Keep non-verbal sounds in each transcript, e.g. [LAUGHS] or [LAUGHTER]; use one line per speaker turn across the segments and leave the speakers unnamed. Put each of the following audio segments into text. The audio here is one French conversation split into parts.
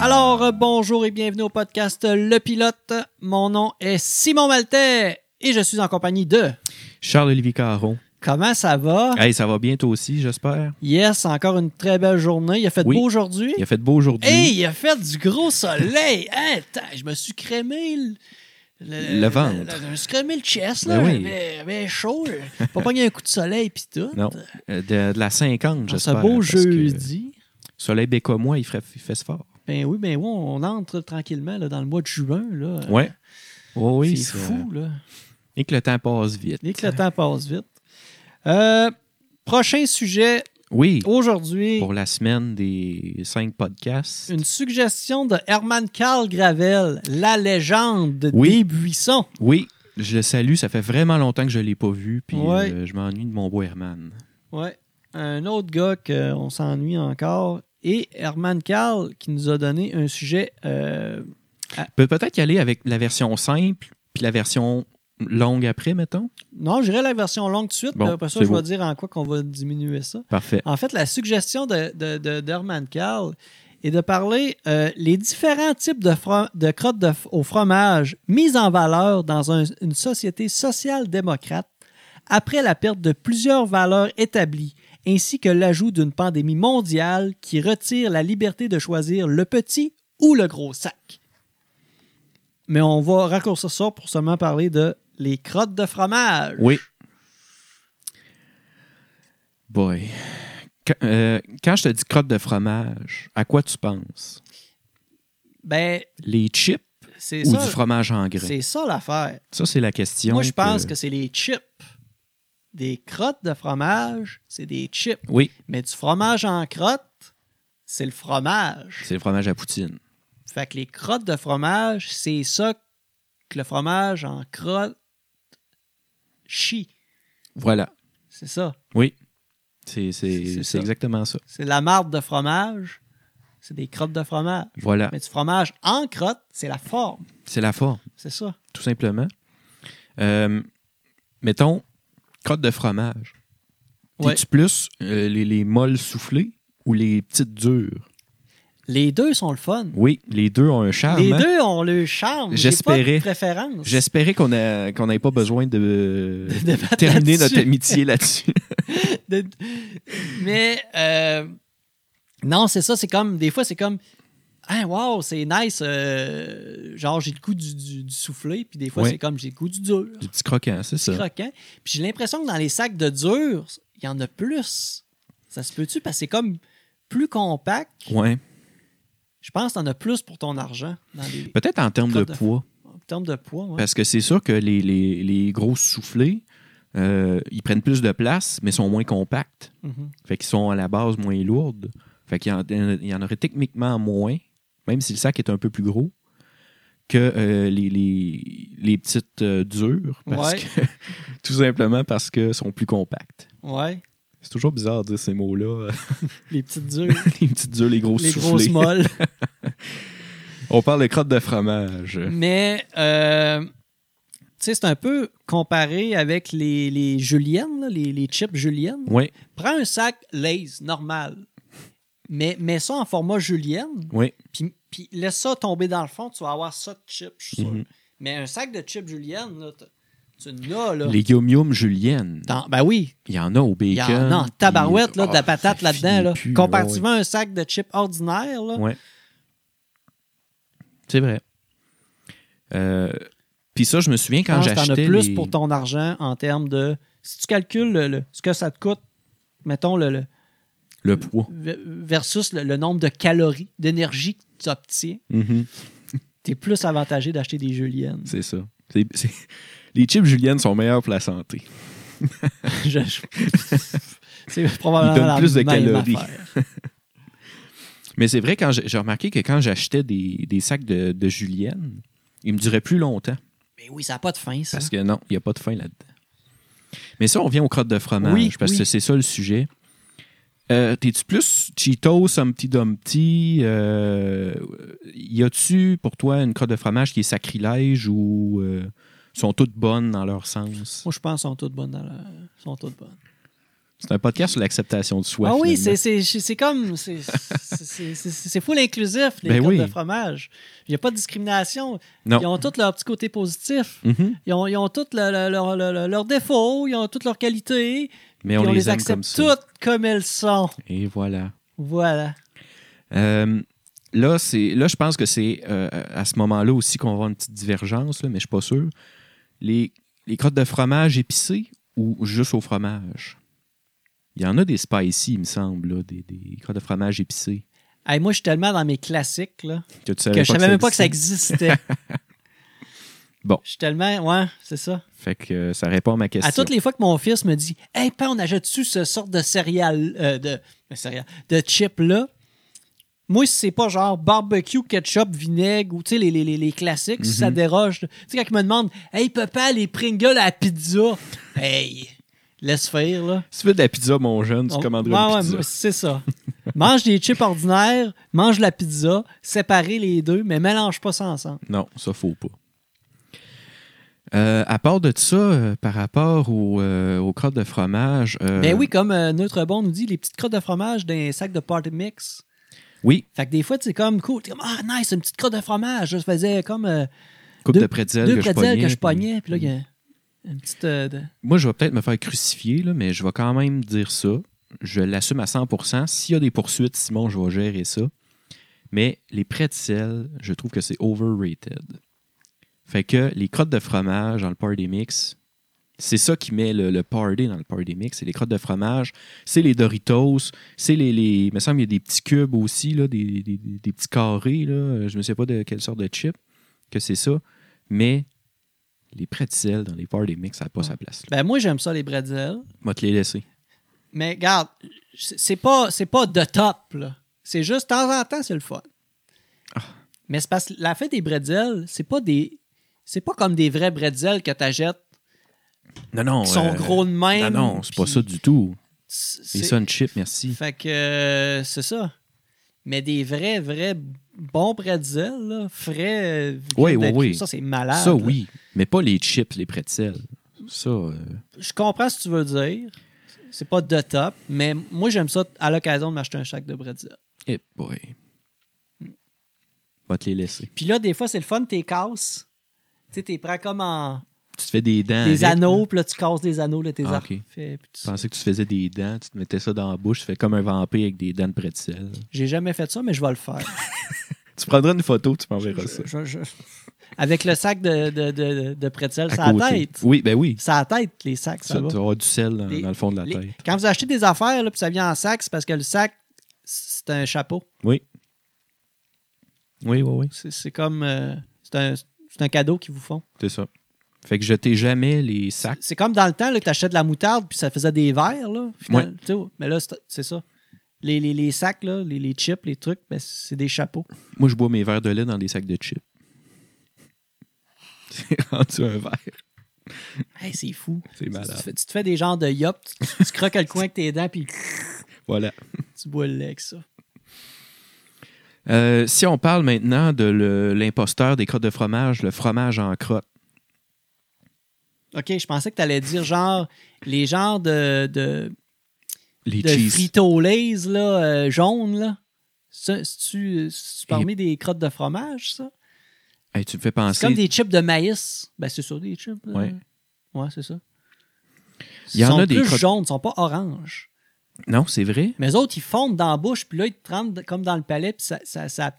Alors, euh, bonjour et bienvenue au podcast Le Pilote. Mon nom est Simon Maltais et je suis en compagnie de...
Charles-Olivier Caron.
Comment ça va?
Hey, ça va bien toi aussi, j'espère.
Yes, encore une très belle journée. Il a fait
Oui.
beau aujourd'hui.
Il a fait beau aujourd'hui.
Hey, il a fait du gros soleil. [LAUGHS] Hey, tain, je me suis crémé le...
Le ventre.
le- je me suis crémé le chest, là.
Ben oui.
J'avais- j'avais chaud. là. Pas pogné un coup de soleil, puis tout.
Non, euh, de, de la 50,
C'est
j'espère.
un Ah, beau
parce que
jeudi.
Soleil Bécomois, il, ferait- il fait ce fort.
Ben oui, ben oui, on entre tranquillement là, dans le mois de juin. Là.
Ouais. Oh oui,
Euh, c'est fou, là.
Et que le temps passe vite.
Dès que le temps passe vite. Euh, prochain sujet,
Oui,
aujourd'hui,
pour la semaine des cinq podcasts.
une suggestion de Herman Karl Gravel, la légende
Oui.
des buissons.
Oui, je le salue. Ça fait vraiment longtemps que je ne l'ai pas vu. Puis
Ouais.
euh, je m'ennuie de mon beau Herman.
Ouais. Un autre gars qu'on s'ennuie encore. Et Herman Karl qui nous a donné un sujet. euh,
Peut- Peut-être y aller avec la version simple, puis la version longue après, mettons.
Non, j'irai la version longue tout de suite.
Bon,
puis après ça,
c'est
je vais
beau.
dire en quoi qu'on va diminuer ça.
Parfait.
En fait, la suggestion de, de, de- d'Herman Karl est de parler euh, les différents types de, fro- de crottes de f- au fromage mises en valeur dans un- une société social-démocrate après la perte de plusieurs valeurs établies, ainsi que l'ajout d'une pandémie mondiale qui retire la liberté de choisir le petit ou le gros sac. Mais on va raccourcir ça pour seulement parler de les crottes de fromage.
Oui. Boy. Qu- euh, quand je te dis crotte de fromage, à quoi tu penses?
Ben,
Les chips
c'est
ou
ça.
du fromage en grain?
C'est ça l'affaire.
Ça, c'est la question.
Moi, je pense que c'est les chips. Des crottes de fromage, c'est des chips.
Oui,
Mais du fromage en crotte, c'est le fromage.
c'est le fromage à poutine.
Fait que les crottes de fromage, c'est ça que le fromage en crotte chie.
Voilà.
C'est ça.
Oui. C'est c'est-
C'est
c'est
ça.
exactement ça.
C'est de la marde de fromage, c'est des crottes de fromage.
Voilà.
Mais du fromage en crotte, c'est la forme.
C'est la forme,
C'est ça.
tout simplement. Euh, mettons, crotte de fromage.
Ouais.
T'es-tu plus euh, les, les molles soufflées ou les petites dures?
Les deux sont le fun.
Oui, les deux ont un charme.
Les
hein?
deux ont le charme. J'ai pas de
J'espérais.
préférence.
J'espérais qu'on a- qu'on n'ait pas besoin de,
[LAUGHS] De battre
terminer
là-dessus.
notre
[LAUGHS]
amitié là-dessus.
De- Mais euh, non, c'est ça, c'est comme des fois c'est comme Ah wow, c'est nice euh, genre j'ai le goût du, du- du soufflé, puis des fois
Ouais.
c'est comme j'ai le goût du dur,
du petit croquant, c'est ça.
croquant. Puis j'ai l'impression que dans les sacs de dur, il y en a plus. Ça se peut-tu parce que c'est comme plus compact.
Ouais.
Je pense que t'en as plus pour ton argent dans les
Peut-être en termes de
Crotte de-
poids,
en termes de poids. ouais.
parce que c'est sûr que les, les, les gros soufflés, euh, ils prennent plus de place, mais sont moins compacts.
Mhm.
Fait qu'ils sont à la base moins lourdes. Fait qu'il y en, il y en aurait techniquement moins, même si le sac est un peu plus gros, que euh, les, les, les petites euh, dures. Parce
Ouais.
que, [LAUGHS] tout simplement parce qu'elles sont plus compactes.
Ouais.
C'est toujours bizarre de dire ces mots-là. euh,
Les petites dures,
[LAUGHS] les petites dures, les grosses
les grosses
soufflées.
molles.
On parle de crottes de fromage.
Mm. Mais, euh, tu sais, c'est un peu comparé avec les, les juliennes, là, les, les chips juliennes.
Oui,
Prends un sac Lay's, normal, mais mets ça en format julienne,
oui.
puis, puis laisse ça tomber dans le fond, tu vas avoir ça de chips, je suis sûr.
Mhm.
Mais un sac de chips julienne, là, t- tu l'as, là.
Les yum yum juliennes.
T'en- Ben oui,
Il y en a au bacon.
il y en a en tabarouette, là, de la
Ah,
patate
ça
là-dedans.
finit
Là.
plus,
Comparativement à un sac de chips ordinaire, là,
ouais, ouais. Ouais. C'est vrai. Euh, Puis ça, je me souviens
je
quand
pense que t'en as
j'achetais.
plus
les-
pour ton argent en termes de. Si tu calcules le- le- ce que ça te coûte, mettons, le, le-
Le poids.
ve- versus le, le nombre de calories, d'énergie que tu obtiens,
Mhm,
tu es plus avantagé d'acheter des
[LAUGHS]
juliennes.
C'est ça. C'est- [LAUGHS] c'est- Les chips juliennes sont meilleures pour la santé.
Je- je- [LAUGHS] C'est probablement
Ils donnent
la
plus de
même
calories.
affaire.
Mais c'est vrai, quand j'ai j'ai remarqué que quand j'achetais des, des sacs de, de juliennes, ils me duraient plus longtemps.
Mais oui, ça n'a pas de fin, ça.
Parce que non, il n'y a pas de fin là-dedans. Mais ça, on vient aux crottes de fromage,
Oui,
parce
oui.
que c'est ça le sujet. Euh, T'es-tu plus Cheetos, Humpty Dumpty? euh, y a-tu pour toi une crotte de fromage qui est sacrilège ou euh, sont toutes bonnes dans leur sens?
Moi, je pense qu'elles sont toutes bonnes. Dans la- sont toutes bonnes.
C'est un podcast sur l'acceptation de soi.
Ah oui,
finalement.
c'est- c'est c'est comme. c'est- C'est c'est- c'est full inclusif, les
Ben
crottes
oui.
de fromage. Il n'y a pas de discrimination.
Non.
Ils ont tous leur petit côté positif.
Mhm.
Ils ont, ils ont tous le- le- leur- le- le- leurs défauts, ils ont toutes leurs qualités.
Mais
puis
on, les, aime
accepte
comme ça.
toutes comme elles sont.
Et voilà.
Voilà.
Euh, là, c'est, là, je pense que c'est euh, à ce moment-là aussi qu'on va avoir une petite divergence, là, mais je ne suis pas sûr. Les, les crottes de fromage épicées ou juste au fromage? Il y en a des spicy, il me semble, là, des, des crottes de fromage épicées.
Hey, moi, je suis tellement dans mes classiques là,
Que, tu savais
que je savais même pas que ça
existait.
existait.
[LAUGHS] Bon.
Je suis tellement. Ouais, c'est ça.
Fait que euh, ça répond à ma question.
À toutes les fois que mon fils me dit Hey, père, on achète-tu ce sorte de céréales, euh, de, de, céréales, de chips-là Moi, si c'est pas genre barbecue, ketchup, vinaigre ou tu sais, les, les, les, les classiques, si
Mm-hmm.
ça déroge. Tu sais, quand il me demande Hey, papa, les Pringles à la pizza Hey, laisse faire, là.
Si tu veux de la pizza, mon jeune, tu
On-
commanderas
Ouais,
une
ouais,
pizza.
c'est ça. mange des chips ordinaires, mange la pizza, séparer les deux, mais mélange pas ça ensemble.
Non, ça, faut pas. Euh, à part de ça, euh, par rapport au, euh, aux crottes de fromage. euh,
Ben oui, comme euh, notre bon nous dit, les petites crottes de fromage d'un sac de party mix.
Oui,
Fait que des fois, c'est comme cool. T'es comme, ah, nice, une petite crotte de fromage. Je faisais comme euh,
coupe
Deux-
de pretzels
deux
que, je
pretzels
pognais,
que je
puis-
pognais. Puis là, il y a une petite. euh, de-
Moi, je vais peut-être me faire crucifier, là, mais je vais quand même dire ça. Je l'assume à 100 S'il y a des poursuites, Simon, je vais gérer ça. Mais les pretzels, je trouve que c'est overrated. Fait que les crottes de fromage dans le party mix, c'est ça qui met le, le party dans le party mix. C'est les crottes de fromage, c'est les Doritos, c'est les, les- Il me semble qu'il y a des petits cubes aussi, là, des, des- des- des petits carrés. Là. Je ne sais pas de quelle sorte de chip que c'est ça. Mais les pretzels dans les party mix, ça n'a pas sa place. là.
Ben moi, j'aime ça, les bretzels.
Moi, te les laisser.
Mais regarde, c'est c'est pas, c'est pas de top, là. C'est juste, de temps en temps, c'est le fun.
Ah.
Mais c'est parce que la fête des bretzels, c'est pas des. C'est pas comme des vrais bretzels que t'achètes,
Non, non.
qui sont
euh,
gros de même.
Non, non, c'est pas
puis
ça du tout. Les
c'est-
Sun Chip, merci.
Fait que euh, c'est ça. Mais des vrais, vrais bons pretzels, là, frais. euh,
Oui,
viennent
oui,
d'être-
oui.
Ça, c'est malade.
Ça,
là.
oui. Mais pas les chips, les pretzels. Ça, euh,
Je comprends ce que tu veux dire. C'est pas de top, mais moi, j'aime ça à l'occasion de m'acheter un sac de pretzels.
eh boy. Va te les laisser.
Puis là, des fois, c'est le fun, t'es casses. Tu sais, t'es prends comme en.
Tu te fais des dents.
Des
avec, là.
anneaux, puis là, tu casses des anneaux, là, tes
Ah,
ah,
ok. Je pensais que tu te faisais des dents, tu te mettais ça dans la bouche, tu fais comme un vampire avec des dents de pretzel.
J'ai jamais fait ça, mais je vais le faire.
[LAUGHS] Tu prendras une photo, tu m'enverras ça.
Je- je- je- Avec le sac de, de, de, de pretzels,
À
ça a
côté.
tête.
Oui, ben oui.
Ça a tête, les sacs, ça,
Ça,
va.
tu vas avoir du sel dans,
Les-
dans le fond de la
Les-
tête.
Quand vous achetez des affaires, là, puis ça vient en sac, c'est parce que le sac, c'est un chapeau.
Oui. Oui, oui, oui.
C'est c'est comme. euh, c'est un, c'est un cadeau qu'ils vous font.
C'est ça. Fait que jetez jamais les sacs.
C'est comme dans le temps là, que tu achetais de la moutarde, puis ça faisait des verres, là. finalement, tu sais, Mais là, c'est c'est ça. Les, les- les sacs, là, les, les chips, les trucs, ben, c'est des chapeaux.
Moi, je bois mes verres de lait dans des sacs de chips. [LAUGHS] C'est rendu un verre.
Hey, c'est fou.
C'est
Tu-
malade.
Tu, te fais- tu te fais des genres de yop, tu, tu- tu croques le coin avec tes dents, puis
Voilà.
tu bois le lait avec ça.
Euh, si on parle maintenant de le- l'imposteur des crottes de fromage, le fromage en crotte.
OK, je pensais que tu allais dire genre les genres de, de,
Les
de
cheese.
Frito-Lays là, euh, jaunes. Là. Ça, C'est-tu c'est-tu parmi des crottes de fromage, ça?
Hey, tu me fais
C'est comme
penser.
des chips de maïs. Ben, c'est sûr, des chips. là.
Ah, Ouais.
Ouais, c'est ça.
Il y en
sont
a des
plus
crottes-
jaunes, ils sont pas oranges.
Non, c'est vrai.
Mais eux autres, ils fondent dans la bouche, puis là, ils te rentrent de- comme dans le palais, puis ça... ça, ça...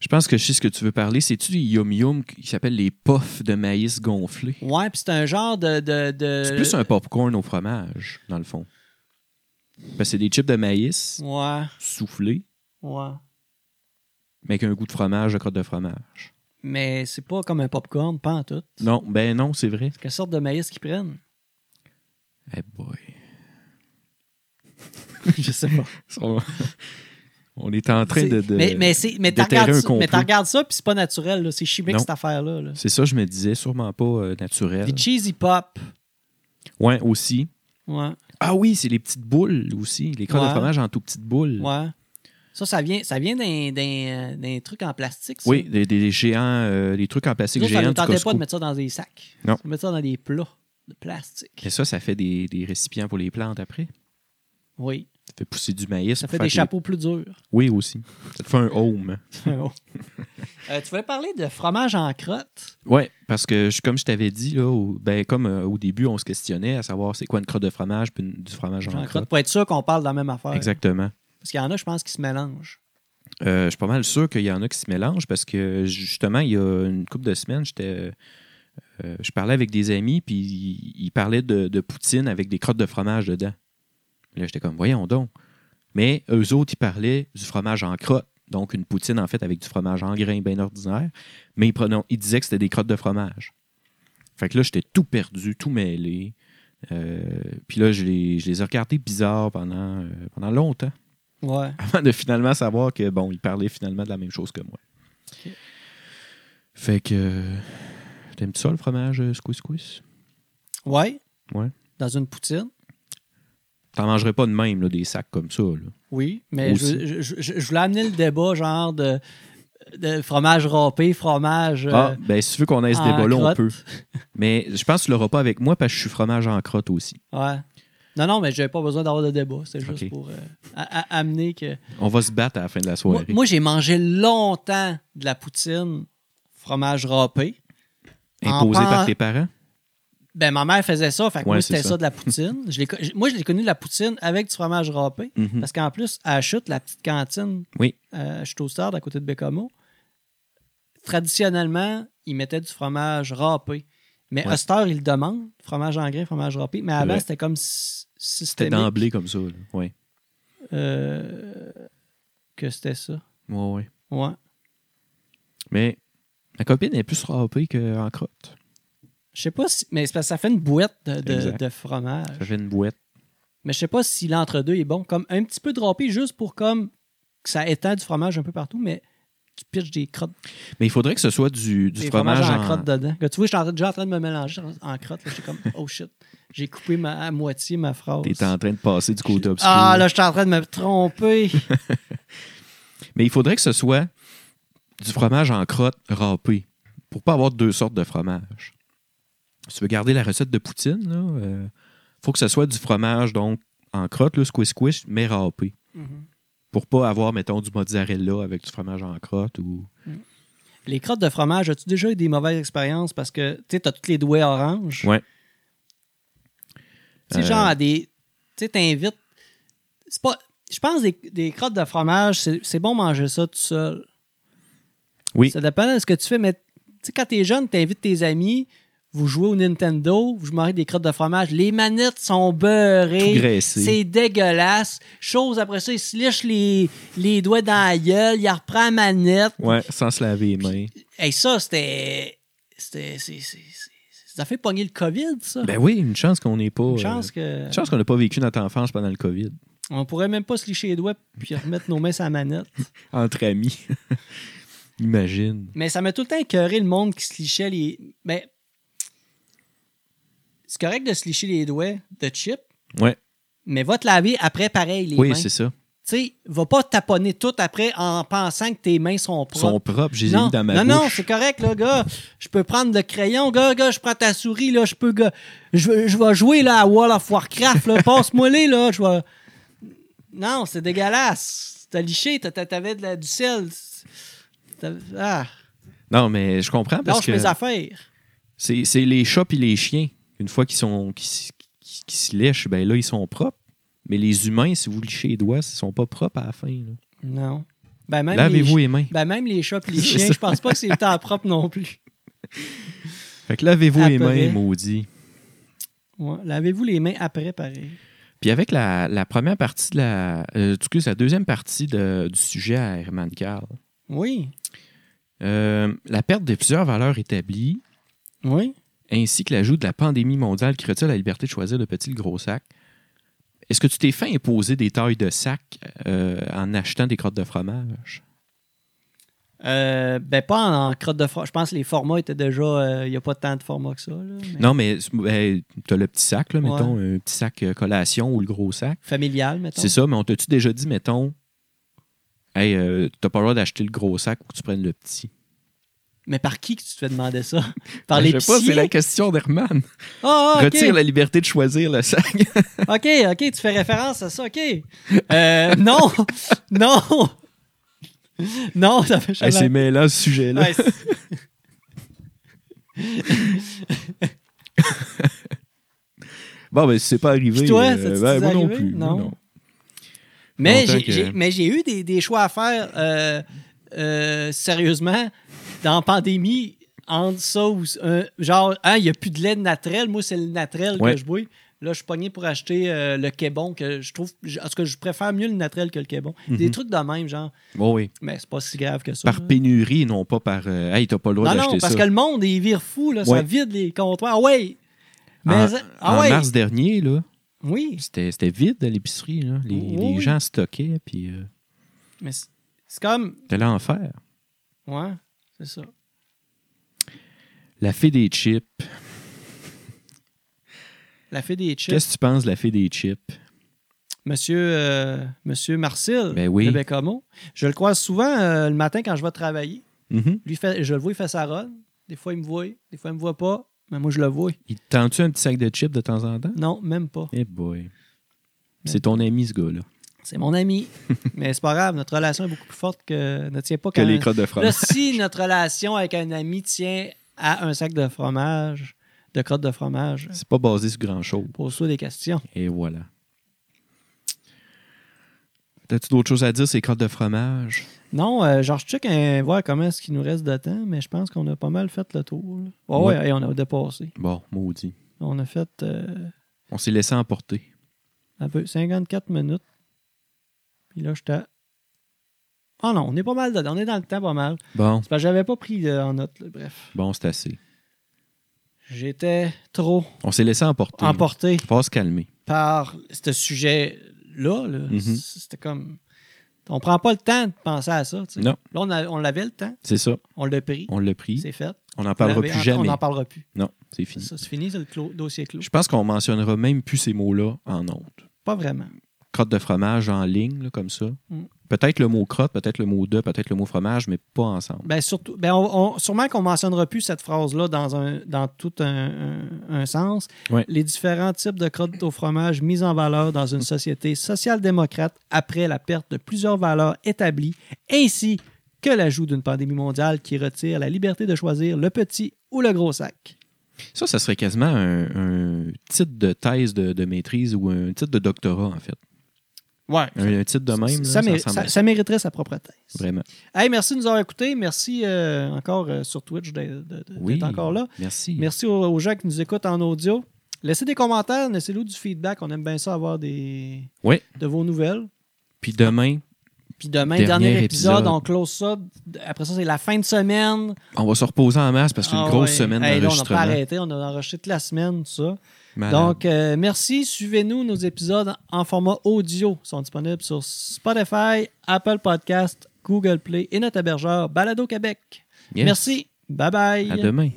Je pense que je sais ce que tu veux parler. C'est-tu les yum yum qui s'appellent les puffs de maïs gonflés?
Ouais, puis c'est un genre de... de, de...
C'est plus un popcorn au fromage, dans le fond. Parce que c'est des chips de maïs
Ouais,
soufflés,
ouais.
mais avec un goût de fromage, de crotte de fromage.
Mais c'est pas comme un popcorn, pas en tout.
Non, ben non, c'est vrai.
Quelle sorte de maïs qu'ils prennent?
Eh boy.
[LAUGHS] Je sais pas.
[LAUGHS] On- On est en train de. de-
mais mais, c'est- mais t'en
déterrer
regardes
un
ça, mais
complot.
t'en regardes ça, puis c'est pas naturel. là. C'est chimique,
Non.
cette affaire-là. là.
C'est ça, je me disais, sûrement pas euh, naturel.
Des cheesy pop.
Ouais, aussi.
Ouais,
Ah oui, c'est les petites boules aussi. Les crottes
Ouais.
de fromage en tout petites boules.
ouais. Ça, ça vient, ça vient d'un- d'un d'un truc en plastique. ça.
Oui, des, des- des géants, euh, des trucs en plastique
Nous autres, ça
géants
ne
du
tentait
Costco.
pas de mettre ça dans des sacs.
Non.
On mettre ça dans des plats. de plastique.
Et ça, ça fait des, des récipients pour les plantes après.
Oui.
Ça fait pousser du maïs.
Ça
pour
fait
faire
des
que les-
chapeaux plus durs. [LAUGHS]
Oui, aussi. Ça te fait un home.
Euh, tu voulais parler de fromage en crotte?
Ouais, parce que je- comme je t'avais dit, là, au, ben, comme euh, au début, on se questionnait à savoir c'est quoi une crotte de fromage puis une- du fromage en,
En crotte,
crotte.
pour être sûr qu'on parle de la même affaire.
Exactement.
Parce qu'il y en a, je pense, qui se mélangent.
Euh, je suis pas mal sûr qu'il y en a qui se mélangent parce que justement, il y a une couple de semaines, j'étais. euh, je parlais avec des amis, puis ils ils parlaient de, de poutine avec des crottes de fromage dedans. Là, j'étais comme, voyons donc. Mais eux autres, ils parlaient du fromage en crotte. Donc, une poutine, en fait, avec du fromage en grain bien ordinaire. Mais ils, prenaient- ils disaient que c'était des crottes de fromage. Fait que là, j'étais tout perdu, tout mêlé. Euh, puis là, je les, je les ai regardés bizarres pendant, euh, pendant longtemps
Ouais.
avant [LAUGHS] de finalement savoir que bon, il parlait finalement de la même chose que moi.
Ok.
Fait que euh, t'aimes-tu ça le fromage euh, squeeze squeeze
Ouais.
Ouais.
Dans une poutine.
T'en mangerais pas de même là, des sacs comme ça là.
Oui, mais je,
Aussi.
je- je- je- je voulais amener le débat genre de, de fromage râpé, fromage. euh,
ah ben si tu veux qu'on ait ce
en
débat là, on
crotte.
peut. Mais je pense que tu l'auras pas avec moi parce que je suis fromage en crotte aussi.
Ouais. Non, non, mais j'avais pas besoin d'avoir de débat. C'est juste
Ok.
pour euh, a- a- amener que.
On va se battre à la fin de la
Moi,
soirée.
moi, j'ai mangé longtemps de la poutine, fromage râpé.
Imposé
en pan-
par tes parents.
Ben, ma mère faisait ça, fait que
Ouais,
moi,
c'est
c'était ça.
ça
de la poutine. Je l'ai co- j- moi, je l'ai connu de la poutine avec du fromage râpé.
Mhm.
Parce qu'en plus, à la chute, la petite cantine,
Oui.
euh, je suis au stade à côté de Bécamo, traditionnellement, ils mettaient du fromage râpé. Mais
Ouais.
à cette heure, ils le demandent, fromage en grain, fromage râpé. Mais avant,
vrai.
c'était comme si
C'était
systémique
d'emblée comme ça. là. Ouais.
euh, que c'était ça.
Ouais, ouais.
Ouais.
Mais ma copine est plus râpée qu'en crotte.
Je sais pas si. Mais c'est parce que ça fait une bouette de, de-
Exact.
de fromage.
Ça fait une boîte.
Mais je sais pas si l'entre-deux est bon. Comme un petit peu drapé, juste pour comme que ça étend du fromage un peu partout, mais tu pitches des crottes.
Mais il faudrait que ce soit du, du
des
fromage,
fromages en,
en
crotte dedans. Que tu vois, je suis en train- déjà en train de me mélanger en crotte. là. J'étais comme, oh shit, j'ai coupé ma, à moitié ma phrase.
T'es en train de passer du côté obscur.
Ah là, je suis en train de me tromper.
Mais il faudrait que ce soit du fromage en crotte râpé pour pas avoir deux sortes de fromage. Si tu veux garder la recette de poutine, il faut que ce soit du fromage donc en crotte, le squish squish, mais râpé.
Mm-hmm.
Pour pas avoir, mettons, du mozzarella avec du fromage en crotte ou.
les crottes de fromage, as-tu déjà eu des mauvaises expériences parce que tu sais, t'as tous les doigts oranges?
Ouais.
Tu sais,
Euh.
genre à des. Tu sais, t'invites. C'est pas. Je pense des, des crottes de fromage, c'est c'est bon manger ça tout seul.
Oui.
Ça dépend de ce que tu fais, mais tu sais, quand t'es jeune, t'invites tes amis, vous jouez au Nintendo, vous mangez des crottes de fromage, les manettes sont beurrées.
Tout graissées.
C'est dégueulasse. Chose après ça, il se liche les, les doigts dans la gueule, il reprend la manette.
Ouais, sans se laver les mains.
Hey, ça, c'était. C'était. c'est- c'est- c'est- Ça fait pogner le COVID, ça.
Ben oui, une chance qu'on n'ait pas.
Une
euh,
chance que.
une chance qu'on n'a pas vécu notre enfance pendant le COVID.
On pourrait même pas se licher les doigts puis remettre nos mains sur la manette. [LAUGHS]
Entre amis. [LAUGHS] Imagine.
Mais ça m'a tout le temps écœuré le monde qui se lichait les. Mais. C'est correct de se licher les doigts de chip,
Ouais.
mais va te laver après pareil les
oui,
mains.
c'est
Tu
ça.
sais, va pas taponner tout après en pensant que tes mains sont
Ils
propres.
sont propres, je les ai mis dans ma
non,
bouche.
non, c'est correct, là, gars. Je peux prendre le crayon, gars, gars, je prends ta souris, là, je peux, gars. Je, je vais jouer, là, à World of Warcraft,
[LAUGHS]
là. Passe-moi les, là, je vais. Non, c'est dégueulasse. T'as liché, t'as- t'as- t'avais de la, du sel. T'as- Ah,
Non, mais je comprends parce
lâche
que
mes affaires.
c'est c'est les chats et les chiens. Une fois qu'ils sont qu'ils s- qu'ils- qu'ils se lèchent, ben là, ils sont propres. Mais les humains, si vous lichez les doigts, ils sont pas propres à la fin. là.
Non. Ben, même
Lavez-vous
les,
les mains.
ben, même les chats pis les
[LAUGHS] C'est
chiens,
ça.
je pense pas que c'est le temps propre non plus.
Fait que lavez-vous
À
les
peu
mains,
près.
maudit.
Ouais, Lavez-vous les mains après, pareil.
Puis avec la, la première partie de la. euh, excuse, la deuxième partie de- du sujet à Herman Karl.
Oui.
Euh, la perte de plusieurs valeurs établies,
Oui.
ainsi que l'ajout de la pandémie mondiale qui retire la liberté de choisir le petit et le gros sac. Est-ce que tu t'es fait imposer des tailles de sac euh, en achetant des crottes de fromage?
Euh, ben, pas en, en crotte de fromage. Je pense que les formats étaient déjà. euh, Il n'y a pas tant de formats que ça. là, mais-
Non, mais tu as le petit sac, là,
Ouais.
mettons, un petit sac euh, collation ou le gros sac.
Familial, mettons.
C'est ça, mais on t'a-tu déjà dit, mettons, hey, euh, t'as pas le droit d'acheter le gros sac ou que tu prennes le petit? Ben,
Mais par qui que tu te fais demander
[LAUGHS]
ça? Par
Je
les
sais pas, c'est la question d'Herman.
Ah, ah, ok.
Retire la liberté de choisir
[LAUGHS]
le sac.
OK, OK, tu fais référence à ça, OK. Euh, non, [LAUGHS] non. Non, ça fait
Hey, c'est
jamais-
mêlant ce sujet-là.
Ouais, c'est-
Bon, ben, si c'est pas arrivé.
Puis toi,
euh,
ça t'est
ben, moi non
arrivé?
plus. moi
Non.
non.
Mais
Longtemps
j'ai-
que-
j'ai mais j'ai eu des, des choix à faire, euh, euh, sérieusement, dans la pandémie, entre ça ou... euh, genre, hein, il n'y a plus de lait de naturel. Moi, c'est le naturel
Ouais.
que je bois. Là, je suis pogné pour acheter euh, le québon, que je trouve... je- En tout cas, je préfère mieux le naturel que le québon. Des
Mhm.
trucs de même, genre.
Bon, oui.
Mais c'est pas si grave que ça.
Par
là.
pénurie, non pas par. euh, hey, t'as pas le droit
Non,
d'acheter
non, parce
ça.
que le monde, il vire fou, là, ça
Ouais.
vide les comptoirs. Ah ouais! Mais,
En-
ah
en
ouais!
mars dernier, là,
Oui,
c'était c'était vide à l'épicerie. là. Les,
Oui,
les
Oh, oui.
gens stockaient, puis euh,
mais c'est c'est comme.
c'était l'enfer.
Ouais, c'est ça.
La fée des chips.
La fée des chips.
Qu'est-ce que tu penses de la fée des chips?
Monsieur, euh, Monsieur Marcel
Ben oui.
de Bécamo. Je le croise souvent euh, le matin quand je vais travailler.
Mhm.
Lui fait, je le vois, il fait sa ronde. Des fois, il me voit, des fois, il me voit pas. Mais moi, je le vois.
Il te tend-tu un petit sac de chips de temps en temps?
Non, même pas.
Eh boy. C'est ton ami, ce gars-là.
C'est mon
[LAUGHS]
ami. mais c'est pas grave, notre relation est beaucoup plus forte que ne tient pas
Que
qu'à
les
un-
crottes de
Euh, Là,
fromage.
si notre relation avec un ami tient à un sac de fromage, de crottes de fromage,
[LAUGHS] C'est pas basé sur grand-chose.
pose-toi des questions.
Et voilà. T'as-tu d'autres choses à dire, ces crottes de fromage?
Non, euh, genre, je check un- voir comment est-ce qu'il nous reste de temps, mais je pense qu'on a pas mal fait le tour. là. Ouais,
Ouais.
ouais, hey, on a dépassé.
Bon, maudit.
On a fait euh,
On s'est laissé emporter.
un peu 54 minutes. Puis là, j'étais. Ah non, on est pas mal dedans. On est dans le temps pas mal.
Bon,
C'est parce que j'avais pas pris euh, en note. là, Bref,
bon, c'est assez.
j'étais trop
On s'est laissé emporter.
emporté.
Faut se calmer.
par ce sujet-là. là.
Mhm.
C'était comme. On prend pas le temps de penser à ça. tu sais.
Non.
Là, on, a- on l'avait le temps,
C'est ça.
on l'a pris,
On l'a pris.
c'est fait.
On n'en parlera
On l'avait-
plus jamais.
On n'en parlera plus.
Non, c'est
C'est
fini.
ça, C'est fini, c'est le clos- dossier clos.
Je pense qu'on mentionnera même plus ces mots-là en honte.
Pas vraiment.
Crotte de fromage en ligne, là, comme ça.
Mm.
Peut-être le mot crotte, peut-être le mot de, peut-être le mot fromage, mais pas ensemble.
Ben, surtout, ben on, on- sûrement qu'on mentionnera plus cette phrase-là dans, un, dans tout un, un- un sens.
Ouais.
Les différents types de crottes au fromage mis en valeur dans une société social-démocrate après la perte de plusieurs valeurs établies, ainsi que l'ajout d'une pandémie mondiale qui retire la liberté de choisir le petit ou le gros sac.
Ça, ça serait quasiment un, un titre de thèse de, de maîtrise ou un titre de doctorat, en fait.
Ouais.
Un, un titre de même, là,
ça,
ça,
mé-
ressemble
ça-
à ça.
ça mériterait sa propre thèse.
Vraiment.
Hey, merci de nous avoir écoutés. Merci euh, encore euh, sur Twitch de- de- de- d'être
Oui.
encore là.
Merci.
Merci aux, aux gens qui nous écoutent en audio. Laissez des commentaires, laissez-nous du feedback. On aime bien ça avoir des
Ouais.
de vos nouvelles.
Puis demain,
Puis demain,
Dernier
dernier, épisode,
épisode.
on close ça. D- Après ça, c'est la fin de semaine.
on va se reposer en masse parce que c'est une
Ah
grosse
ouais.
semaine
Hey, là, on n'a pas
d'enregistrement.
arrêté, on a enregistré toute la semaine, tout ça.
Malade.
Donc, euh, merci. Suivez-nous. Nos épisodes en format audio sont disponibles sur Spotify, Apple Podcast, Google Play et notre hébergeur Balado Québec.
Yes.
Merci. Bye bye.
À demain.